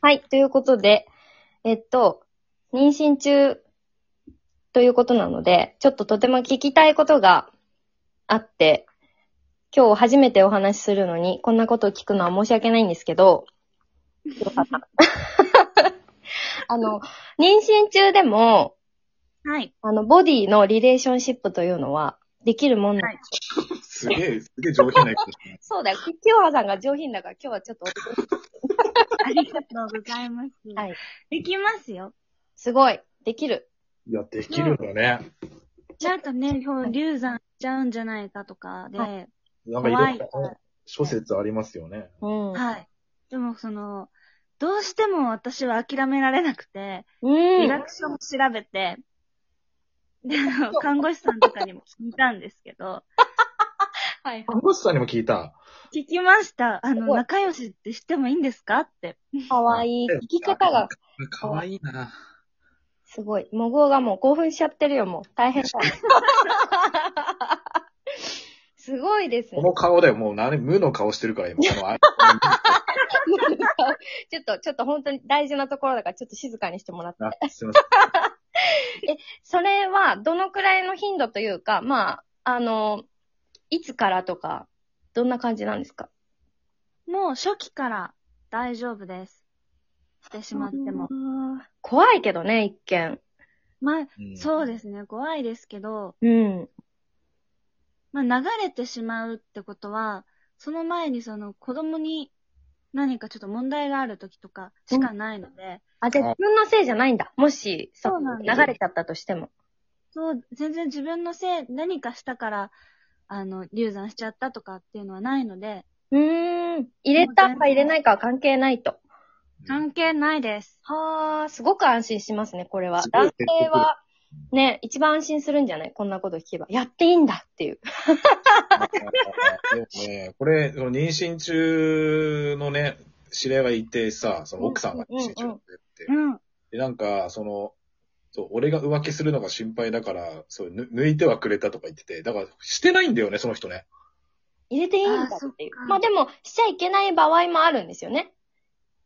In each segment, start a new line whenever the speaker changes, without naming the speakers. はい、ということで、えっと、妊娠中ということなので、ちょっととても聞きたいことがあって、今日初めてお話しするのに、こんなことを聞くのは申し訳ないんですけど、よかった。あの、妊娠中でも、
はい。
あの、ボディのリレーションシップというのは、できるもんな、
はい
すげえ、すげえ上品なやつ。
そうだよ。清葉さんが上品だから今日はちょっとお手伝い
ありがとうございます。
はい。
できますよ。
すごい。できる。
いや、できるのね。
なんかね、今日流産しちゃうんじゃないかとかで、
は
はい。
なんかいろんな
怖い
諸説ありますよね。
うん。
でもその、どうしても私は諦められなくて、
う
リ
ん。
ラクションを調べて、で、あの看護師さんとかにも聞いたんですけど、
はい。
看護師さんにも聞いた。
聞きました。あ
す
の、
ごい
仲良しってしてもいいんですかって。
かわいい。聞き方が。
かわいいな。
すごい。もごがもう興奮しちゃってるよ、もう。大 変だ。すごいです
こ
ね
の。顔だよ、もう、なに、無の顔してるから、今。このあ
ちょっと、ちょっと本当に大事なところだから、ちょっと静かにしてもらって。
あすいません。
それは、どのくらいの頻度というか、まあ、あの、いつからとか、どんな感じなんですか
もう初期から大丈夫です。してしまっても。。
怖いけどね、一見。
まあ、
うん
そうですね、怖いですけど、
うん。
まあ、流れてしまうってことは、その前にその子供に何かちょっと問題がある時とかしかないので、
あ、じゃあ
あ
自分のせいじゃないんだ。もし、さ
そうなんです
流れちゃったとしても。
そう、全然自分のせい、何かしたから、あの、流産しちゃったとかっていうのはないので、
うーん。入れたか入れないかは関係ないと。
うん
関係ないです。
はあ、すごく安心しますね、これは。
すごい
男性は、ね、一番安心するんじゃないこんなこと聞けば。やっていいんだっていう。
でもね、これ、その妊娠中のね、知り合いがいてさ、その奥さんが妊娠中でって
う。ん。
で、なんか、その、そう俺が浮気するのが心配だから、そう、ぬ抜いてはくれたとか言ってて、だから、してないんだよね、その人ね。
入れていいんだっていう
あそっ。か
まあでも、しちゃいけない場合もあるんですよね。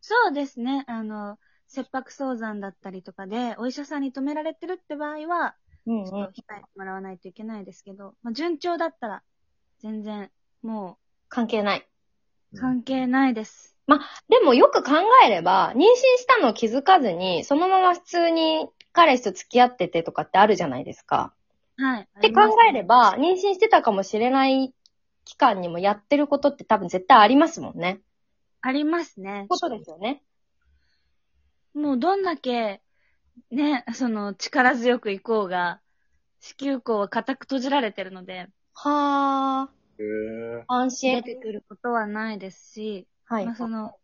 そうですね、あの、切迫早産だったりとかで、お医者さんに止められてるって場合は、
うん
ちょっと控えてもらわないといけないですけど、まあ、順調だったら、全然、も
関係ない。
う、関係ないです。
でもよく考えれば、妊娠したのを気づかずに、そのまま普通に彼氏と付き合っててとかってあるじゃないですか。
はい。
って考えれば、妊娠してたかもしれない期間にもやってることって多分絶対ありますもんね。
ありますね。
ことですよね。
もうどんだけ、ね、その力強く行こうが、子宮口は固く閉じられてるので、
は
へー
あ、安
出
心。
てくることはないですし、
はい。
まあその、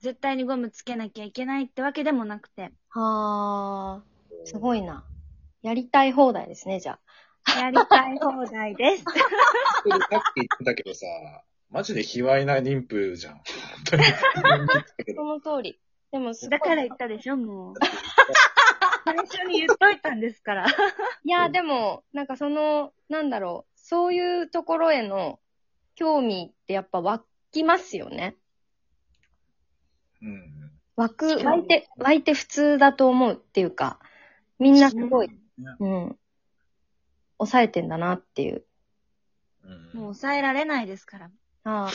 絶対にゴムつけなきゃいけないってわけでもなくて、
はあ、すごいな。やりたい放題ですね、じゃあ。
やりたい放題です。
さっき言ってたけどさ、マジで卑猥な妊婦じゃん。本当に。
その通り。でもすごい、
だから言ったでしょ、 もう。最初に言っといたんですから。
いや、でも、なんかその、なんだろう、そういうところへの興味ってやっぱ湧きますよね。
うん。
湧く、
興味
湧いて、湧いて普通だと思うっていうか、みんなすごい、うん、抑えてんだなっていう。
うん
もう抑えられないですから。
ああ、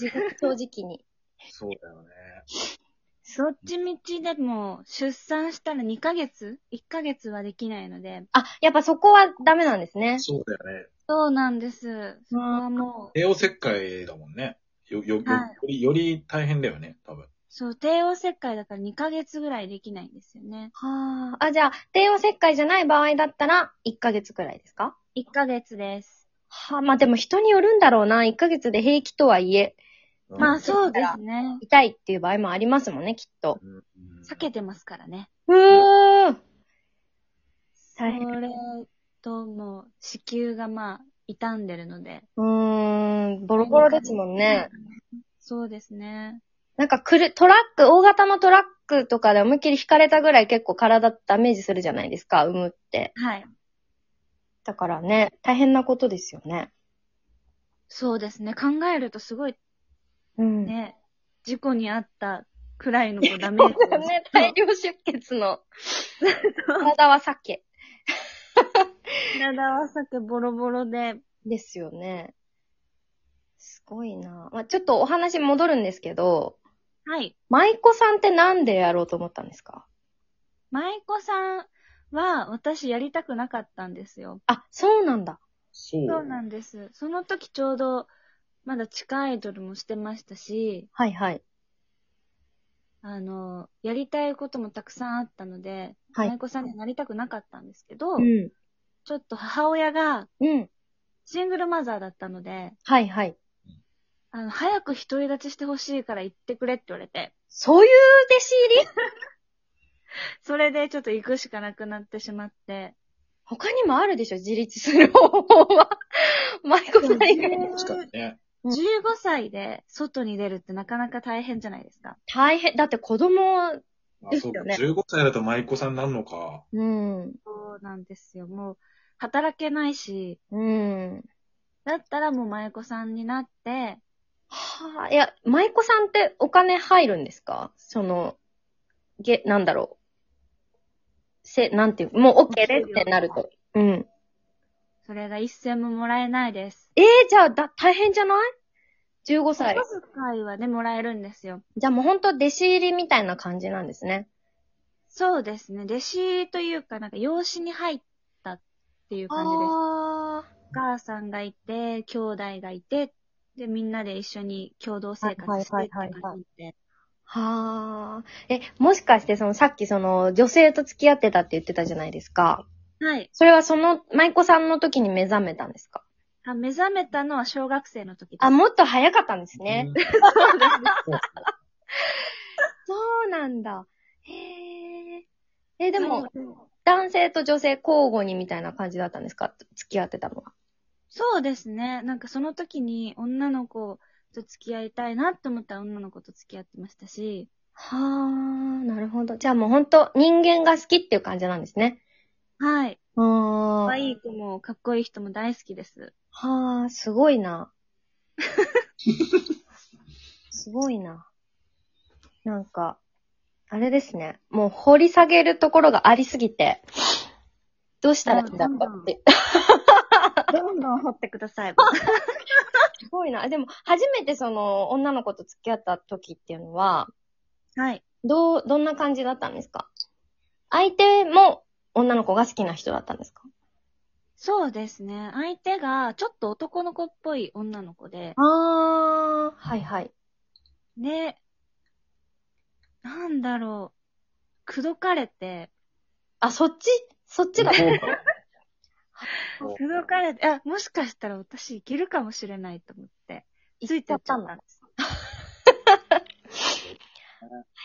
自分正直に。
そうだよね。
そっちみちでも、出産したら2ヶ月 ?1 ヶ月はできないので、
あ、やっぱそこはダメなんですね。
そうだよね。
そうなんです。そこはもう、
帝王切開だもんね。よ、よ、よ
はい
より、より大変だよね、多分。
そう、帝王切開だから2ヶ月ぐらいできないんですよね。
はあ、あ、じゃあ、帝王切開じゃない場合だったら、1ヶ月くらいですか
1ヶ月です。
はあ、まあでも人によるんだろうな。1ヶ月で平気とはいえ、
うん
まあそうですね。
痛いっていう場合もありますもんね、きっと。
うん
避けてますからね。
うーん。
そ
大変。
れともう、子宮がまあ、傷んでるので。
うーん、ボロボロですもんね。
そうですね。
なんかくる、トラック、大型のトラックとかで思いっきり引かれたぐらい結構体ダメージするじゃないですか、産むって。
はい。
だからね、大変なことですよね。
そうですね。考えるとすごい
うん。
ね、事故にあったくらいの子ダメージを
だ ね、大量出血の。 体は鮭。
体は酒ボロボロで、
ですよね。すごいなまあ、ちょっとお話戻るんですけど、
はい。
舞妓さんってなんでやろうと思ったんですか
舞妓さんは私やりたくなかったんですよ。
あ、そうなんだ。
そう。
そうなんです。その時ちょうど、まだ地下アイドルもしてましたし、
はいはい。
あの、やりたいこともたくさんあったので、
はい
舞妓さんにはなりたくなかったんですけ
ん。
ど、ちょっと母親が
うん。
シングルマザーだったので、
はいはい。
あの、早く独り立ちしてほしいから行ってくれって言われて、
そういう弟子入り
それでちょっと行くしかなくなってしまって、
他にもあるでしょ自立する方法は。舞妓さん以外に。
確かにね。
うん
15歳で外に出るってなかなか大変じゃないですか。
大変。だって子供、
あ
です
そうか
よね
15歳だと舞妓さんなんのか。
うん。
そうなんですよ。もう、働けないし、
うん。
だったらもう舞妓さんになって、
はあ、いや、舞妓さんってお金入るんですかその、げ、なんだろう。せ、なんていう、もう OK ですってなると。うん。
それが一銭ももらえないです。
ええー、じゃあ、だ、大変じゃない ?15
お小
歳。
遣いはね、もらえるんですよ。
じゃあもうほんと弟子入りみたいな感じなんですね。
そうですね。弟子というか、なんか養子に入ったっていう感じです。
ああ。
お母さんがいて、兄弟がいて、で、みんなで一緒に共同生活してって感じで。
はいはいはあ。え、もしかしてその、さっきその、女性と付き合ってたって言ってたじゃないですか。
はい
それはその、舞妓さんの時に目覚めたんですか
あ。目覚めたのは小学生の時です。
あ、もっと早かったんですね。
うん。
そうなんだ。へえ。え、でも、
はい
男性と女性交互にみたいな感じだったんですか付き合ってたのは。
そうですね。なんかその時に女の子と付き合いたいなって思ったら女の子と付き合ってましたし、
はあ、なるほど。じゃあもうほんと、人間が好きっていう感じなんですね。
はい。
うーん。
可愛い子もかっこいい人も大好きです。
はあ、すごいな。すごいな。なんか、あれですね。もう掘り下げるところがありすぎて、どうしたらいいんだろうかって。
どんどん掘ってください。
すごいな。でも、初めてその、女の子と付き合った時っていうのは、
はい。
どう、どんな感じだったんですか相手も女の子が好きな人だったんですか
そうですね。相手がちょっと男の子っぽい女の子で、
あー、はいはい。
で、なんだろう。口説かれて、
あ、そっちそっちが。
そうか
口説かれて、あ、もしかしたら私いけるかもしれないと思って、ついてっちゃったんです。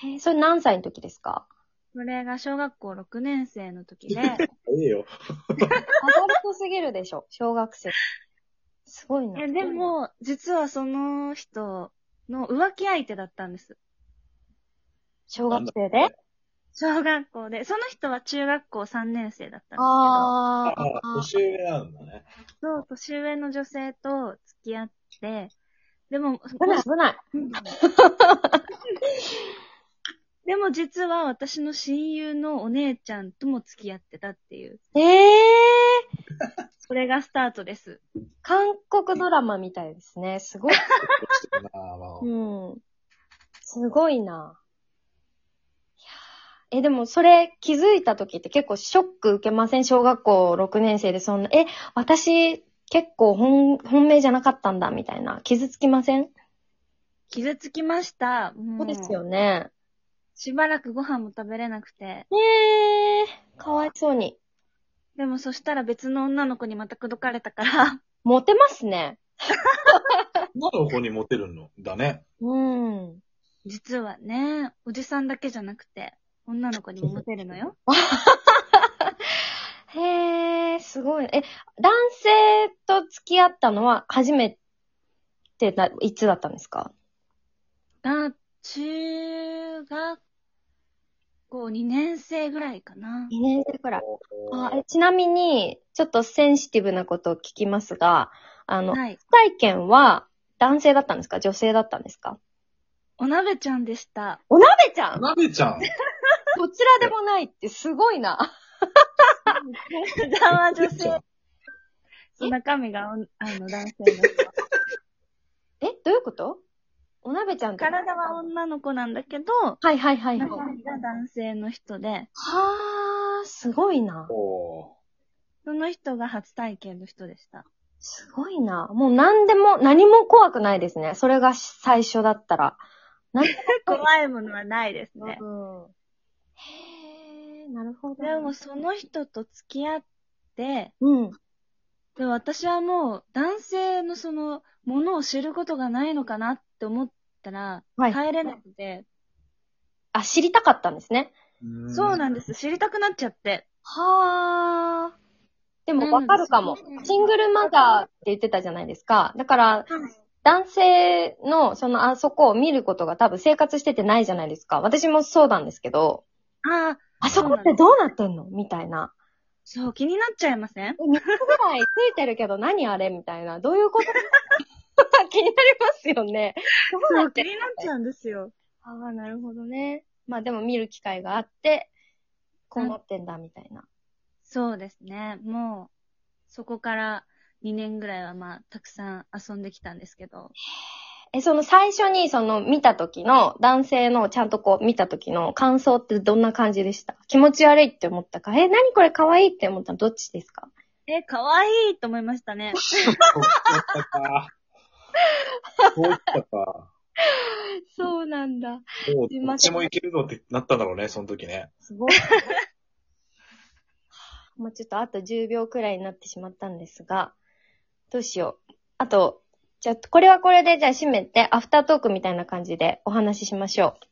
へーそれ何歳の時ですか
それが小学校6年生の時 で、
ええよ。
アダルトすぎるでしょ、小学生。すごいな。
え、でも、実はその人の浮気相手だったんです。
小学生で
小学校で。その人は中学校3年生だったんで
あ
あ、年上なんだね。
すけど、そう、年上の女性と付き合って、でも、
危ない危ない。
でも実は私の親友のお姉ちゃんとも付き合ってたっていう、
ええ
それがスタートです。
ー、韓国ドラマみたいですね。すごい。
ああ、まあ
うん。すごいな。いやーえ、でもそれ気づいた時って結構ショック受けません小学校6年生でそんな、え、私結構本、本命じゃなかったんだみたいな。傷つきません、
傷つきました。も
そうですよね。
しばらくご飯も食べれなくて。
ええー、かわいそうに。
でもそしたら別の女の子にまた口説かれたから、
モテますね。
女の子にモテるのだね。
うん。
実はね、おじさんだけじゃなくて、女の子にもモテるのよ。
へえ、すごい。え、男性と付き合ったのは初めてだ、いつだったんですか
が、中学校2年生ぐらいかな。
?2 年生くらい。あえちなみに、ちょっとセンシティブなことを聞きますが、あの、
はい。
体験は男性だったんですか女性だったんですか
お鍋ちゃんでした。
お鍋ちゃん
なべちゃん。
どちらでもないってすごいな。
枝は女
ちゃ
性
ん。
中身がおあの男 性の人。
えどういうことお鍋ちゃんって
体は女の子なんだけど、
はいはいはいはい。
中身が男性の人で、
はー、すごいな。
おー
その人が初体験の人でした。
すごいな。もう何でも、何も怖くないですね。それが最初だったら。何で
怖いものはないです
も
ね。
うん。へー、なるほど。
でも、その人と付き合って、
うん。
で私はもう男性のそのものを知ることがないのかなって思ったら、
はい
帰れなくて、
あ、知りたかったんですね。
うーん
そうなんです。知りたくなっちゃって。
はー。でも
うん
わかるかも
そうね。
シングルマザーって言ってたじゃないですか。だから、男性のそのあそこを見ることが多分生活しててないじゃないですか。私もそうなんですけど、
ああ、
あそこってどうなってんのみたいな。
そう、気になっちゃいません
え、3つぐらいついてるけど何あれみたいな。どういうこと気になりますよね。どう
そ
な
う、
っ
気
て
になっちゃうんですよ。
ああ、なるほどね。まあでも見る機会があって、こうなってんだみたいな。
そうですね。もう、そこから2年ぐらいはまあ、たくさん遊んできたんですけど。
え、その最初にその見た時の、男性のちゃんとこう見た時の感想ってどんな感じでした気持ち悪いって思ったかえ、何これ可愛いって思ったのどっちですか
え、可愛いと思いました ね。
そうだったか。そうだったか。
そうなんだ。
もう、どっちもいけるぞってなったんだろうね、その時ね。
すごい。 もうちょっとあと10秒くらいになってしまったんですが、どうしよう。あと、じゃあ、これはこれで、じゃあ閉めて、アフタートークみたいな感じでお話ししましょう。